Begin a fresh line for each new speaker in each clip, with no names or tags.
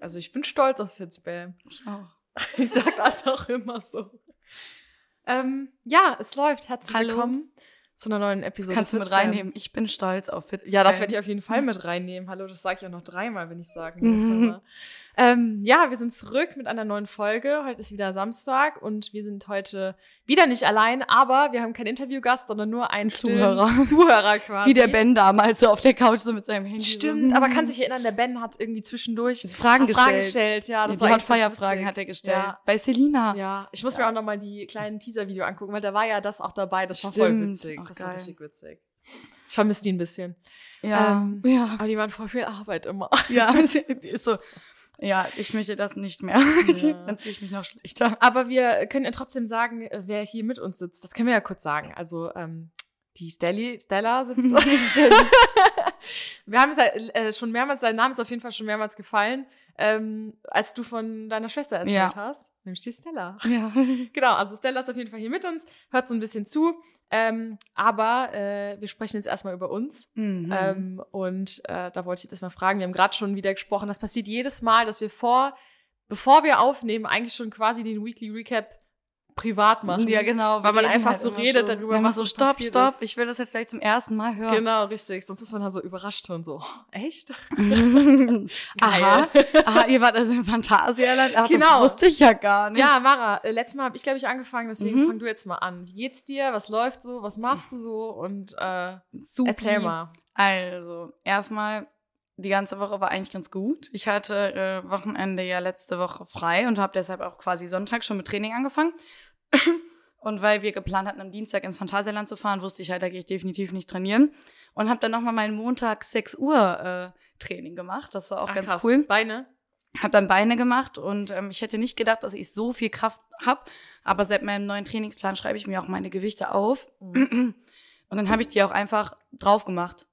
Also ich bin stolz auf Fitzbam.
Ich auch.
Ich sag das auch immer so. Ähm, ja, es läuft. Herzlich
Hallo.
willkommen zu einer neuen Episode.
Kannst du mit
Fitzbam.
reinnehmen. Ich bin stolz auf Fitz.
Ja, das werde ich auf jeden Fall mit reinnehmen. Hallo, das sage ich auch noch dreimal, wenn ich sagen
Mhm.
muss. aber- ähm, ja, wir sind zurück mit einer neuen Folge. Heute ist wieder Samstag und wir sind heute wieder nicht allein, aber wir haben keinen Interviewgast, sondern nur einen stillen
Zuhörer.
Zuhörer quasi.
Wie der Ben damals so auf der Couch so mit seinem Handy.
Stimmt,
so. "Hm,
aber kann sich erinnern, der Ben hat irgendwie zwischendurch
Ist Fragen gestellt.
Fragen gestellt. Ja,
Ja,
das
die
war
Hot
echt ganz
Fire
witzig.
Fragen hat er gestellt.
Ja.
Bei Selina.
Ja, ich muss
Ja.
mir auch nochmal die kleinen Teaser-Video angucken, weil da war ja das auch dabei. Das war voll
Stimmt.
witzig.
Ach,
das war
geil.
richtig witzig. Ich vermisse die ein bisschen.
Ja.
Ähm,
ja.
Aber die waren voll viel Arbeit immer.
Ja. ist so. Ja, ich möchte das nicht mehr.
Ja.
Dann fühle ich mich noch schlechter.
Aber wir können ja trotzdem sagen, äh, wer hier mit uns sitzt. Das können wir ja kurz sagen. Also ähm, die Stelli, Stella sitzt. wir haben es ja, äh, schon mehrmals, dein Name ist auf jeden Fall schon mehrmals gefallen, ähm, als du von deiner Schwester erzählt
Ja.
hast. Nämlich die Stella.
ja.
Genau, also Stella ist auf jeden Fall hier mit uns, hört so ein bisschen zu. Ähm, aber äh, wir sprechen jetzt erstmal über uns.
Mhm.
Ähm, und äh, da wollte ich jetzt erstmal fragen, wir haben gerade schon wieder gesprochen, das passiert jedes Mal, dass wir vor, bevor wir aufnehmen, eigentlich schon quasi den Weekly Recap privat machen.
Ja, genau.
Weil
wir
man
reden
einfach so
immer
redet
schon.
darüber,
Wir haben
was
so,
so
stopp,
passiert
stopp,
ist.
ich will das jetzt gleich zum ersten Mal hören.
Genau, richtig. Sonst ist man da so überrascht und so, oh, echt?
aha, aha, ihr wart also im Phantasialand. Ach,
Genau.
Das wusste ich ja gar nicht.
Ja, Mara, äh, letztes Mal habe ich, glaube ich, angefangen, deswegen
Mhm.
fang du jetzt mal an. Wie geht's dir? Was läuft so? Was machst du so? Und äh,
Supi.
erzähl mal.
Also, erstmal, die ganze Woche war eigentlich ganz gut. Ich hatte äh, Wochenende ja letzte Woche frei und habe deshalb auch quasi Sonntag schon mit Training angefangen. Und weil wir geplant hatten, am Dienstag ins Phantasialand zu fahren, wusste ich halt, da gehe ich definitiv nicht trainieren. Und habe dann nochmal meinen Montag 6 Uhr äh, Training gemacht. Das war auch
Ah,
ganz
krass.
cool.
Beine?
Hab dann Beine gemacht und ähm, ich hätte nicht gedacht, dass ich so viel Kraft hab. Aber seit meinem neuen Trainingsplan schreibe ich mir auch meine Gewichte auf.
Mhm.
Und dann habe ich die auch einfach drauf gemacht.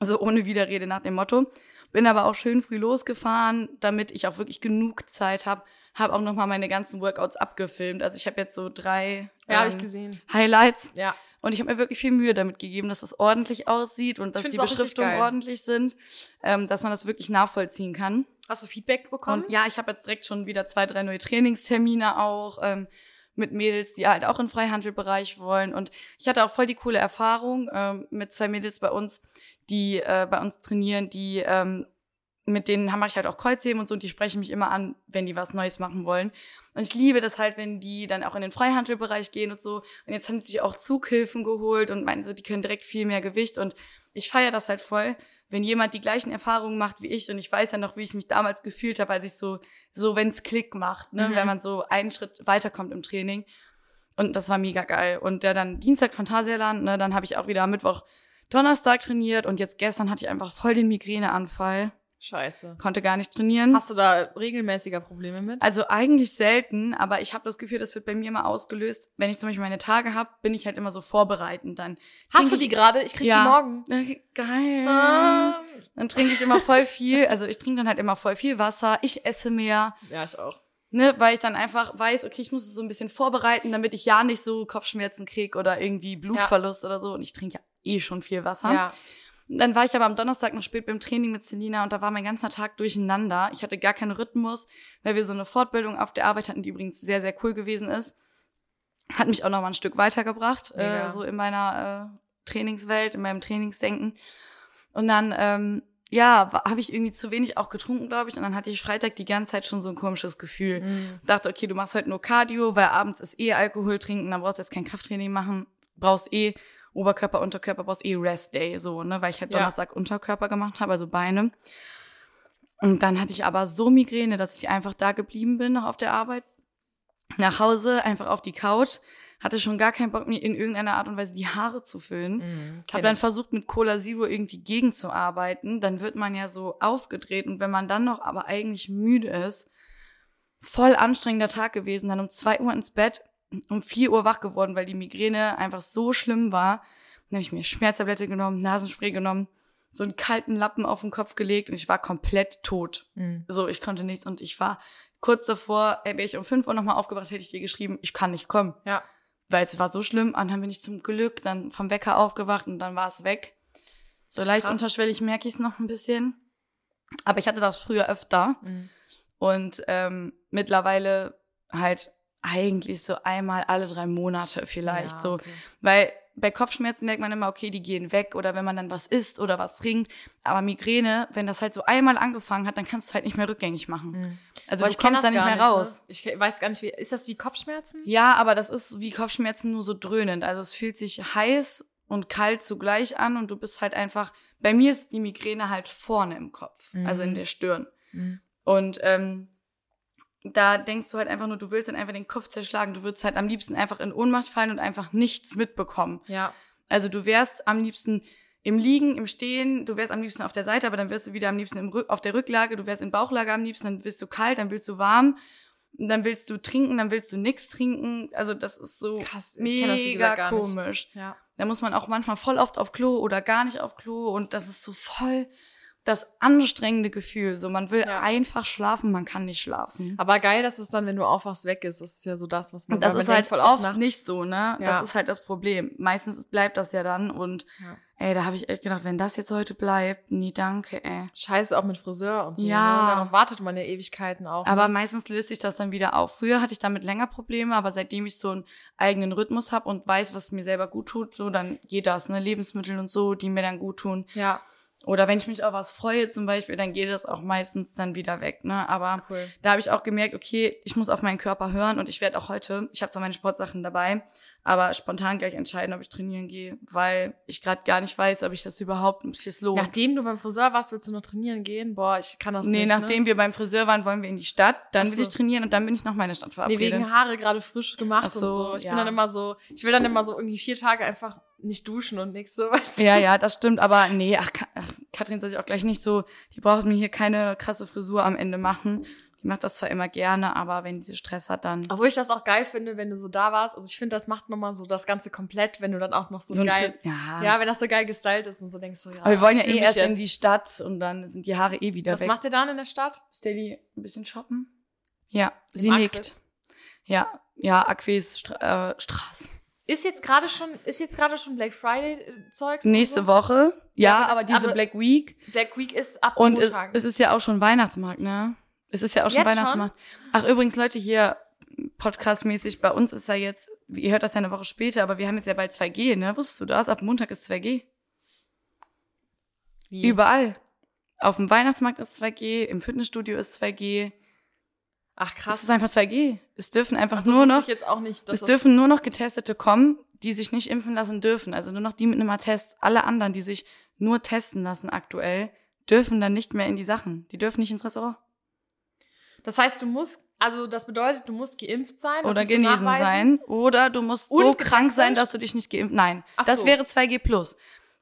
Also ohne Widerrede nach dem Motto. Bin aber auch schön früh losgefahren, damit ich auch wirklich genug Zeit habe. Habe auch nochmal meine ganzen Workouts abgefilmt. Also ich habe jetzt so drei
Ja, habe
ähm,
ich gesehen.
Highlights.
Ja.
Und ich habe mir wirklich viel Mühe damit gegeben, dass es ordentlich aussieht und dass
find's
die
auch richtig
Beschriftungen
geil.
ordentlich sind, ähm, dass man das wirklich nachvollziehen kann.
Hast du Feedback bekommen?
Und ja, ich habe jetzt direkt schon wieder zwei, drei neue Trainingstermine auch ähm, mit Mädels, die halt auch in den Freihandelbereich wollen. Und ich hatte auch voll die coole Erfahrung ähm, mit zwei Mädels bei uns, die äh, bei uns trainieren, die ähm, mit denen mache ich halt auch Kreuzheben und so und die sprechen mich immer an, wenn die was Neues machen wollen. Und ich liebe das halt, wenn die dann auch in den Freihandelbereich gehen und so. Und jetzt haben sie sich auch Zughilfen geholt und meinen so, die können direkt viel mehr Gewicht. Und ich feiere das halt voll, wenn jemand die gleichen Erfahrungen macht wie ich. Und ich weiß ja noch, wie ich mich damals gefühlt habe, als ich so, so wenn's Klick macht, ne?
Mhm.
wenn man so einen Schritt weiterkommt im Training. Und das war mega geil. Und der dann Dienstag Phantasialand, ne? dann habe ich auch wieder Mittwoch, Donnerstag trainiert. Und jetzt gestern hatte ich einfach voll den Migräneanfall
Scheiße.
konnte gar nicht trainieren.
Hast du da regelmäßiger Probleme mit?
also eigentlich selten, aber ich habe das Gefühl, das wird bei mir immer ausgelöst. Wenn ich zum Beispiel meine Tage habe, bin ich halt immer so vorbereitend dann.
Hast du
Trink
die gerade? Ich krieg
Ja.
die morgen.
ich- Äh, Geil.
Ah.
Dann trinke ich immer voll viel. Also ich trinke dann halt immer voll viel Wasser. Ich esse mehr,
Ja, ich auch.
ne, weil ich dann einfach weiß, okay, ich muss es so ein bisschen vorbereiten, damit ich ja nicht so Kopfschmerzen kriege oder irgendwie Blutverlust oder so. Und ich trinke ja eh schon viel Wasser.
Ja.
Dann war ich aber am Donnerstag noch spät beim Training mit Selina und da war mein ganzer Tag durcheinander. Ich hatte gar keinen Rhythmus, weil wir so eine Fortbildung auf der Arbeit hatten, die übrigens sehr, sehr cool gewesen ist. Hat mich auch noch mal ein Stück weitergebracht,
Mega.
äh, so in meiner äh, Trainingswelt, in meinem Trainingsdenken. Und dann, ähm, ja, habe ich irgendwie zu wenig auch getrunken, glaube ich. Und dann hatte ich Freitag die ganze Zeit schon so ein komisches Gefühl.
Hm.
Dachte, okay, du machst heute nur Cardio, weil abends ist eh Alkohol trinken, dann brauchst du jetzt kein Krafttraining machen, brauchst eh Oberkörper, Unterkörper, brauchst eh Rest Day, so, ne, weil ich halt
Ja.
Donnerstag Unterkörper gemacht habe, also Beine. Und dann hatte ich aber so Migräne, dass ich einfach da geblieben bin, noch auf der Arbeit, nach Hause, einfach auf die Couch, hatte schon gar keinen Bock, mir in irgendeiner Art und Weise die Haare zu
Mhm.
füllen.
Hm.
Hab dann versucht, mit Cola Zero irgendwie gegenzuarbeiten. Dann wird man ja so aufgedreht. Und wenn man dann noch aber eigentlich müde ist, voll anstrengender Tag gewesen, dann um zwei Uhr ins Bett, um vier Uhr wach geworden, weil die Migräne einfach so schlimm war. Dann habe ich mir Schmerztablette genommen, Nasenspray genommen, so einen kalten Lappen auf den Kopf gelegt und ich war komplett tot.
Hm.
So, ich konnte nichts und ich war kurz davor, wäre ich um fünf Uhr nochmal aufgewacht, hätte ich dir geschrieben, ich kann nicht kommen
Ja.
weil es war so schlimm. Und dann bin ich zum Glück dann vom Wecker aufgewacht und dann war es weg. So leicht
Krass.
unterschwellig merke ich es noch ein bisschen. Aber ich hatte das früher öfter.
Mhm.
Und ähm, mittlerweile halt eigentlich so einmal alle drei Monate vielleicht
Ja,
so.
okay.
Weil bei Kopfschmerzen merkt man immer, okay, die gehen weg oder wenn man dann was isst oder was trinkt. Aber Migräne, wenn das halt so einmal angefangen hat, dann kannst du es halt nicht mehr rückgängig machen.
Mhm.
Also
Boah,
du
ich kenn
kommst
das
da nicht
gar
mehr raus.
Ne? Ich ke- weiß gar nicht, wie. Ist das wie Kopfschmerzen?
Ja, aber das ist wie Kopfschmerzen nur so dröhnend. Also es fühlt sich heiß und kalt zugleich an und du bist halt einfach, bei mir ist die Migräne halt vorne im Kopf,
Mhm.
also in der Stirn.
Mhm.
Und ähm, da denkst du halt einfach nur, du willst dann einfach den Kopf zerschlagen. Du würdest halt am liebsten einfach in Ohnmacht fallen und einfach nichts mitbekommen.
Ja.
Also du wärst am liebsten im Liegen, im Stehen, du wärst am liebsten auf der Seite, aber dann wärst du wieder am liebsten im Rück auf der Rücklage, du wärst in Bauchlage am liebsten, dann bist du kalt, dann willst du warm, dann willst du trinken, dann willst du nichts trinken. Also das ist so
Krass, ich kenn das, wie gesagt,
mega
gar nicht.
komisch.
Ja.
Da muss man auch manchmal voll oft auf Klo oder gar nicht auf Klo und das ist so voll das anstrengende Gefühl. So, man will
Ja.
einfach schlafen, man kann nicht schlafen.
Aber geil, dass es dann, wenn du aufwachst, weg ist. Das ist ja so das, was man
Und das
weil
ist
man
halt
denkt voll
oft
nachts-
nicht so, ne?
Ja.
Das ist halt das Problem. Meistens bleibt das ja dann und
Ja.
ey, da habe ich echt gedacht, wenn das jetzt heute bleibt, nee, danke, ey.
Scheiße, auch mit Friseur und so.
Ja.
Ne? Darauf wartet man ja Ewigkeiten auch. ne?
Aber meistens löst sich das dann wieder auf. Früher hatte ich damit länger Probleme, aber seitdem ich so einen eigenen Rhythmus habe und weiß, was mir selber gut tut, so dann geht das, ne? Lebensmittel und so, die mir dann gut tun.
ja,
Oder wenn ich mich auf was freue zum Beispiel, dann geht das auch meistens dann wieder weg. Ne? Aber
cool.
da habe ich auch gemerkt, okay, ich muss auf meinen Körper hören und ich werde auch heute, ich habe zwar meine Sportsachen dabei, aber spontan gleich entscheiden, ob ich trainieren gehe, weil ich gerade gar nicht weiß, ob ich das überhaupt, ob sich das lohnt.
Nachdem du beim Friseur warst, willst du noch trainieren gehen? Boah, ich kann das
nee,
nicht. ne?
nachdem wir beim Friseur waren, wollen wir in die Stadt, dann
Ach
will
so.
ich trainieren und dann bin ich noch meine
Ne?
Stadt
Nee,
verabredet.
wegen Haare gerade frisch gemacht
Ach so,
und so. Ich
ja.
bin dann immer so, ich will dann immer so irgendwie vier Tage einfach nicht duschen und nix so, weißt du?
ja, ja, das stimmt, aber nee, ach, Ka- ach Katrin soll sich auch gleich nicht so, die braucht mir hier keine krasse Frisur am Ende machen. Die macht das zwar immer gerne, aber wenn sie Stress hat, dann
Obwohl ich das auch geil finde, wenn du so da warst. Also ich finde, das macht nochmal so das Ganze komplett, wenn du dann auch noch so,
ein
geil.
Fri- Ja.
Ja, wenn das so geil gestylt ist und so denkst du, ja.
aber wir wollen ja
ich fühl
eh
mich
erst
jetzt.
in die Stadt und dann sind die Haare eh wieder
Was
weg.
macht ihr dann in der Stadt?
Steli ein bisschen shoppen? Ja, sie
Im
nickt.
Aquis?
Ja, ja, Aquis Stra äh, Straße.
Ist jetzt gerade schon, ist jetzt gerade schon Black Friday äh, Zeugs? und
Nächste
so?
Woche.
aber
Ja,
das-
aber diese
aber-
Black Week
Black Week ist ab
und es,
Montag.
es ist ja auch schon Weihnachtsmarkt, ne? Es ist ja auch schon
Jetzt schon?
Weihnachtsmarkt. Ach übrigens Leute hier podcastmäßig bei uns ist ja jetzt, ihr hört das ja eine Woche später, aber wir haben jetzt ja bald 2G, ne? Wusstest du das? Ab Montag ist 2G.
Wie?
Überall. Auf dem Weihnachtsmarkt ist 2G, im Fitnessstudio ist 2G.
Ach
Es
krass.
ist einfach 2G. Es dürfen einfach
Ach, das
nur
wusste
noch
ich jetzt auch nicht. dass
es
das-
dürfen nur noch Getestete kommen, die sich nicht impfen lassen dürfen. Also nur noch die mit einem Attest. Alle anderen, die sich nur testen lassen aktuell, dürfen dann nicht mehr in die Sachen. Die dürfen nicht ins Restaurant.
Das heißt, du musst, also das bedeutet, du musst geimpft sein. das
oder
musst du
genesen
nachweisen.
sein. Oder du musst
Und
so
getestet?
krank sein, dass du dich nicht geimpft. Nein,
Ach
das
so.
wäre 2G plus.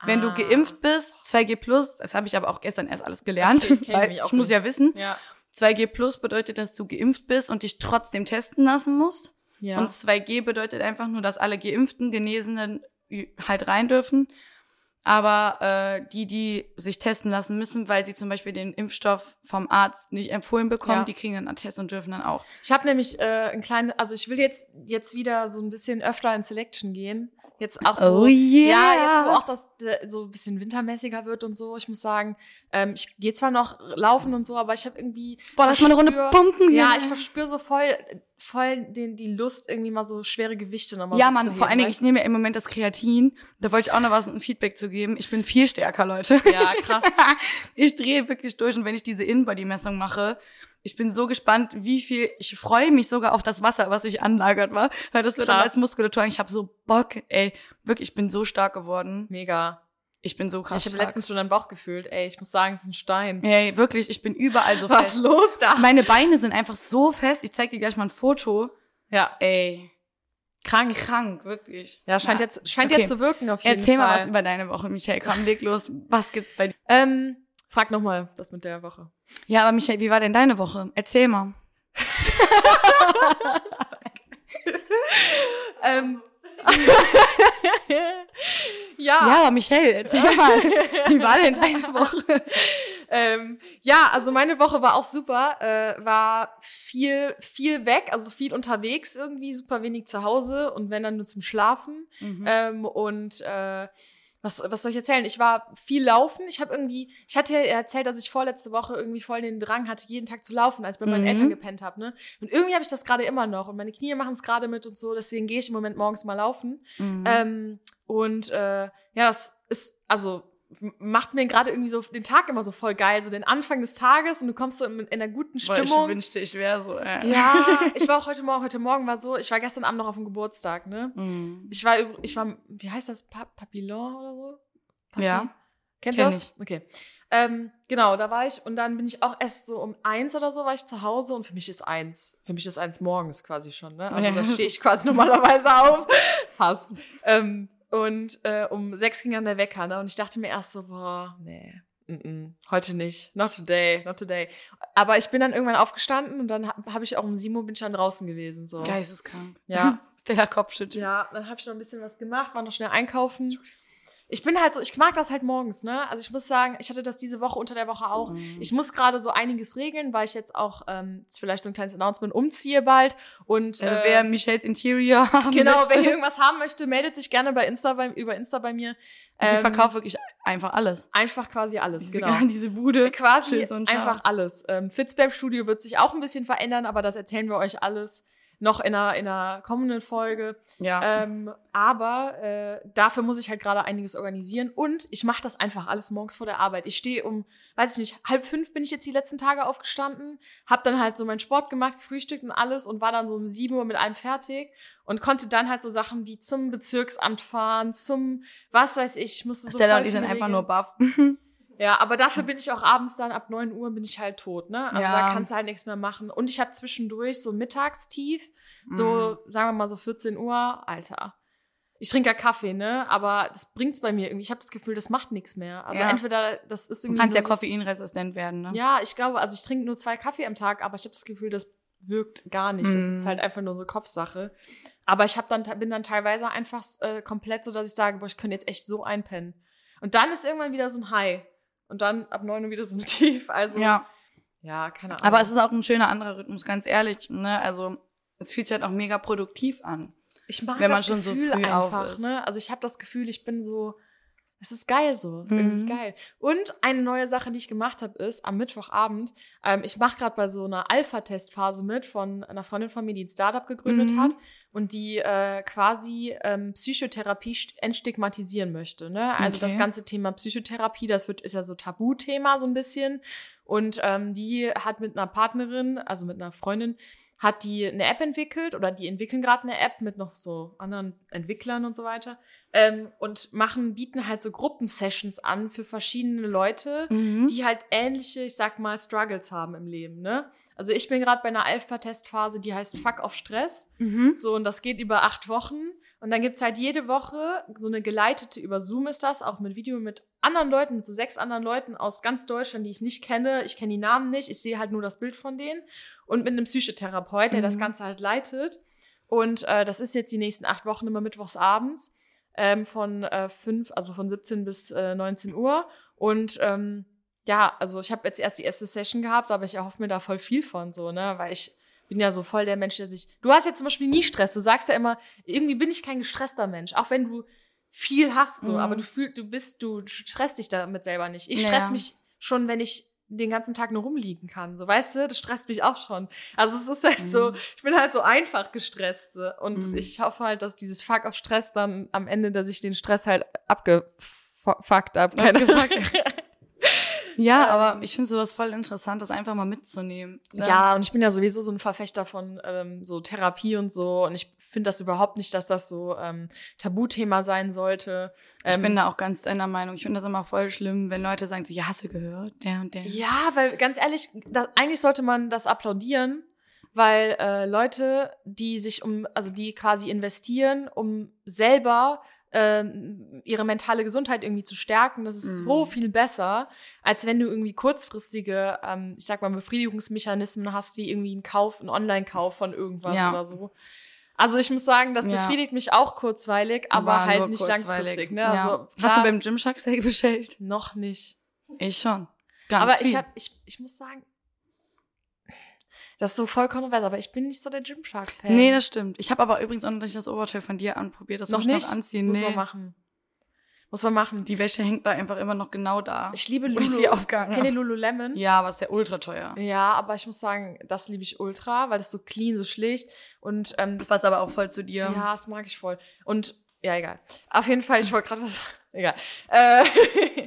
Wenn
Ah.
du geimpft bist, 2G plus, das habe ich aber auch gestern erst alles gelernt,
Okay, kenn ich
weil
mich
ich
auch
muss
nicht.
ja wissen,
Ja.
2G plus bedeutet, dass du geimpft bist und dich trotzdem testen lassen musst.
ja.
Und 2G bedeutet einfach nur, dass alle Geimpften, Genesenen halt rein dürfen. Aber äh, die, die sich testen lassen müssen, weil sie zum Beispiel den Impfstoff vom Arzt nicht empfohlen bekommen,
Ja.
die kriegen dann einen Attest und dürfen dann auch.
ich habe nämlich äh, einen kleinen, also ich will jetzt jetzt wieder so ein bisschen öfter in Selection gehen. Jetzt auch wo-
Oh yeah.
Ja, jetzt wo auch das äh, so ein bisschen wintermäßiger wird und so. Ich muss sagen, ähm, ich gehe zwar noch laufen und so, aber ich habe irgendwie
Boah, lass mal eine Runde
verspür-
pumpen hier.
Ja, ich verspüre so voll, voll den, die Lust, irgendwie mal so schwere Gewichte nochmal
Ja,
so
Mann,
zu
vor
heben,
allen Dingen,
weißt
ich nehme ja im Moment das Kreatin. Da wollte ich auch noch was ein Feedback zu geben. Ich bin viel stärker, Leute.
du? Ja, krass.
Ich drehe wirklich durch und wenn ich diese Inbody-Messung mache, ich bin so gespannt, wie viel. Ich freue mich sogar auf das Wasser, was ich anlagert war, weil das wird dann
Krass.
als Muskulatur. Ich habe so Bock, ey, wirklich, ich bin so stark geworden.
Mega.
Ich bin so krass.
ich habe
stark.
letztens schon einen Bauch gefühlt. Ey, ich muss sagen, es ist ein Stein.
Ey, wirklich, ich bin überall so fest.
los da?
Meine Beine sind einfach so fest. Ich zeig dir gleich mal ein Foto.
Ja,
Ey,
krank.
krank, wirklich.
Ja, scheint jetzt scheint
Okay.
jetzt zu wirken auf jeden
Erzähl
Fall.
mal was über deine Woche, Michael. Komm, leg los. Was gibt's bei dir?
Ähm, frag nochmal das mit der Woche.
Ja, aber Michael, wie war denn deine Woche? Erzähl mal.
Ähm.
Ja, aber Michael, erzähl mal. Wie war denn deine Woche?
Ähm, ja, also meine Woche war auch super. Äh, war viel, viel weg, also viel unterwegs
Mhm.
irgendwie, super wenig zu Hause und wenn dann nur zum Schlafen. Ähm, und äh, was, was soll ich erzählen? Ich war viel laufen. Ich habe irgendwie, ich hatte ja erzählt, dass ich vorletzte Woche irgendwie voll den Drang hatte, jeden Tag zu laufen, als ich bei meinen
Mhm.
Eltern gepennt habe. Ne? Und irgendwie habe ich das gerade immer noch. Und meine Knie machen es gerade mit und so. Deswegen gehe ich im Moment morgens mal laufen.
Mhm.
Ähm, und äh, ja, das ist, also m- macht mir gerade irgendwie so den Tag immer so voll geil, so den Anfang des Tages und du kommst so in, in einer guten
Boah,
Stimmung.
Ich wünschte, ich wäre so. Äh.
ja, ich war auch heute Morgen, heute Morgen war so, ich war gestern Abend noch auf dem Geburtstag, ne?
Mhm.
Ich war, üb- ich war, wie heißt das, pa Papillon oder so? Papi-
Ja.
Kennst
Kenn
du das? Okay. Ähm, genau, da war ich und dann bin ich auch erst so um eins oder so war ich zu Hause und für mich ist eins, für mich ist eins morgens quasi schon, ne? Also
Ja.
da stehe ich quasi normalerweise auf. Fast. Ähm, und äh, um sechs ging dann der Wecker, ne? Und ich dachte mir erst so, boah, nee. Mm-mm, heute nicht, not today, not today. Aber ich bin dann irgendwann aufgestanden und dann habe hab ich auch um 7 Uhr bin ich dann draußen gewesen. So.
Geisteskrank.
Ja.
Stella Kopfschüttel.
Ja, dann habe ich noch ein bisschen was gemacht, war noch schnell einkaufen. Ich bin halt so, ich mag das halt morgens, ne? Also ich muss sagen, ich hatte das diese Woche unter der Woche auch.
Mhm.
Ich muss gerade so einiges regeln, weil ich jetzt auch ähm, jetzt vielleicht so ein kleines Announcement umziehe bald. Und
Also
äh,
wer Michelles Interior haben
genau,
möchte,
wenn ihr irgendwas haben möchte, meldet sich gerne bei Insta bei, über Insta bei mir. Ähm,
sie verkauft wirklich einfach alles.
einfach quasi alles,
Diese,
genau.
diese Bude.
Quasi
Tschüss und ciao.
einfach alles. Ähm, Fitzbab Studio wird sich auch ein bisschen verändern, aber das erzählen wir euch alles noch in einer, in einer kommenden Folge.
Ja.
Ähm, aber äh, dafür muss ich halt gerade einiges organisieren und ich mache das einfach alles morgens vor der Arbeit. Ich stehe um, weiß ich nicht, halb fünf bin ich jetzt die letzten Tage aufgestanden, habe dann halt so meinen Sport gemacht, gefrühstückt und alles und war dann so um sieben Uhr mit allem fertig und konnte dann halt so Sachen wie zum Bezirksamt fahren, zum, was weiß ich, ich musste so
Also Stella
voll
und ich sind
viele
einfach
Regeln-
nur baff.
ja, aber dafür bin ich auch abends dann ab 9 Uhr bin ich halt tot, ne? Also
Ja.
da kannst du halt nichts mehr machen. Und ich habe zwischendurch so mittagstief, so
Mhm.
sagen wir mal so 14 Uhr, Alter. Ich trinke ja Kaffee, ne? Aber das bringt's bei mir irgendwie. Ich habe das Gefühl, das macht nichts mehr. Also
Ja.
entweder das ist
Du
irgendwie.
kannst ja
nur
koffeinresistent werden, ne?
so, ja, ich glaube, also ich trinke nur zwei Kaffee am Tag, aber ich habe das Gefühl, das wirkt gar nicht. Das
Mhm.
ist halt einfach nur so Kopfsache. Aber ich hab dann, bin dann teilweise einfach äh, komplett so, dass ich sage, boah, ich könnte jetzt echt so einpennen. Und dann ist irgendwann wieder so ein High. Und dann ab neun Uhr wieder so ein Tief. Also, ja,
Ja.
keine Ahnung.
Aber es ist auch ein schöner anderer Rhythmus, ganz ehrlich. Ne? Also es fühlt sich halt auch mega produktiv an.
ich mag
wenn man
das
schon so
Gefühl
früh auf
einfach.
ist.
Ne? Also ich habe das Gefühl, ich bin so, es ist geil so. Es ist
Mhm.
irgendwie geil. Und eine neue Sache, die ich gemacht habe, ist am Mittwochabend, ähm, ich mache gerade bei so einer Alpha-Testphase mit von einer Freundin von mir, die ein Startup gegründet
Mhm.
hat und die äh, quasi ähm, Psychotherapie st- entstigmatisieren möchte. Ne? Also das
Okay.
ganze Thema Psychotherapie, das wird, ist ja so Tabuthema so ein bisschen. Und ähm, die hat mit einer Partnerin, also mit einer Freundin, hat die eine App entwickelt oder die entwickeln gerade eine App mit noch so anderen Entwicklern und so weiter ähm, und machen, bieten halt so Gruppensessions an für verschiedene
Mhm.
Leute, die halt ähnliche, ich sag mal, Struggles haben im Leben. Ne? Also ich bin gerade bei einer Alpha-Testphase, die heißt Fuck auf Stress.
Mhm.
So, und das geht über acht Wochen. Und dann gibt's halt jede Woche so eine geleitete, über Zoom ist das, auch mit Video mit anderen Leuten, mit so sechs anderen Leuten aus ganz Deutschland, die ich nicht kenne. Ich kenne die Namen nicht, ich sehe halt nur das Bild von denen. Und mit einem Psychotherapeut, der das
Mhm.
Ganze halt leitet. Und äh, das ist jetzt die nächsten acht Wochen immer mittwochs abends ähm, von äh, fünf, also von 17 bis äh, 19 Uhr. Und ähm, ja, also ich habe jetzt erst die erste Session gehabt, aber ich erhoffe mir da voll viel von so, ne? Weil ich bin ja so voll der Mensch, der sich. Du hast ja zum Beispiel nie Stress. Du sagst ja immer, irgendwie bin ich kein gestresster Mensch, auch wenn du viel hast so,
Mhm.
aber du fühlst, du bist, du stresst dich damit selber nicht. Ich
Ja.
stress mich schon, wenn ich den ganzen Tag nur rumliegen kann. So, weißt du, das stresst mich auch schon. Also es ist halt so,
Mhm.
ich bin halt so einfach gestresst. so. Und
Mhm.
ich hoffe halt, dass dieses Fuck auf Stress dann am Ende, dass ich den Stress halt abgefuckt ab. Keine
Abgefuckt. Ja,
Ähm.
aber ich finde sowas voll interessant, das einfach mal mitzunehmen. ne?
Ja, und ich bin ja sowieso so ein Verfechter von ähm, so Therapie und so. Und ich finde das überhaupt nicht, dass das so ähm, Tabuthema sein sollte.
Ich
Ähm,
bin da auch ganz deiner Meinung. Ich finde das immer voll schlimm, wenn Leute sagen so, ja, hast du gehört? Der und der.
Ja, weil ganz ehrlich, da, eigentlich sollte man das applaudieren, weil äh, Leute, die sich um, also die quasi investieren, um selber ähm, ihre mentale Gesundheit irgendwie zu stärken, das ist
Mhm.
so viel besser, als wenn du irgendwie kurzfristige, ähm, ich sag mal, Befriedigungsmechanismen hast, wie irgendwie ein Kauf, ein Online-Kauf von irgendwas
Ja.
oder so. Also ich muss sagen, das
Ja.
befriedigt mich auch kurzweilig, aber,
War
halt
nur
nicht
kurzweilig.
langfristig. Ne?
Ja.
Also,
hast du
klar,
beim Gymshark Steak bestellt?
noch nicht.
Ich schon. Ganz
Aber
viel.
ich, hab, ich, ich muss sagen, das ist so voll kontrovers, aber ich bin nicht so der Gymshark-Fan.
Nee, das stimmt. Ich habe aber übrigens auch noch nicht das Oberteil von dir anprobiert. Das
Noch
muss ich
nicht?
noch anziehen.
muss
nee.
man machen. Muss Muss man machen.
Die Wäsche hängt da einfach immer noch genau da.
Ich liebe
Wo ich
Lulu.
sie aufgehangen
Kennt ihr
habe.
Lululemon?
Ja, aber ist ja ultra teuer.
Ja, aber ich muss sagen, das liebe ich ultra, weil das so clean, so schlicht und ähm,
Das passt aber auch voll zu dir.
ja, das mag ich voll. Und ja, egal. Auf jeden Fall, ich wollte gerade was. Egal. Äh,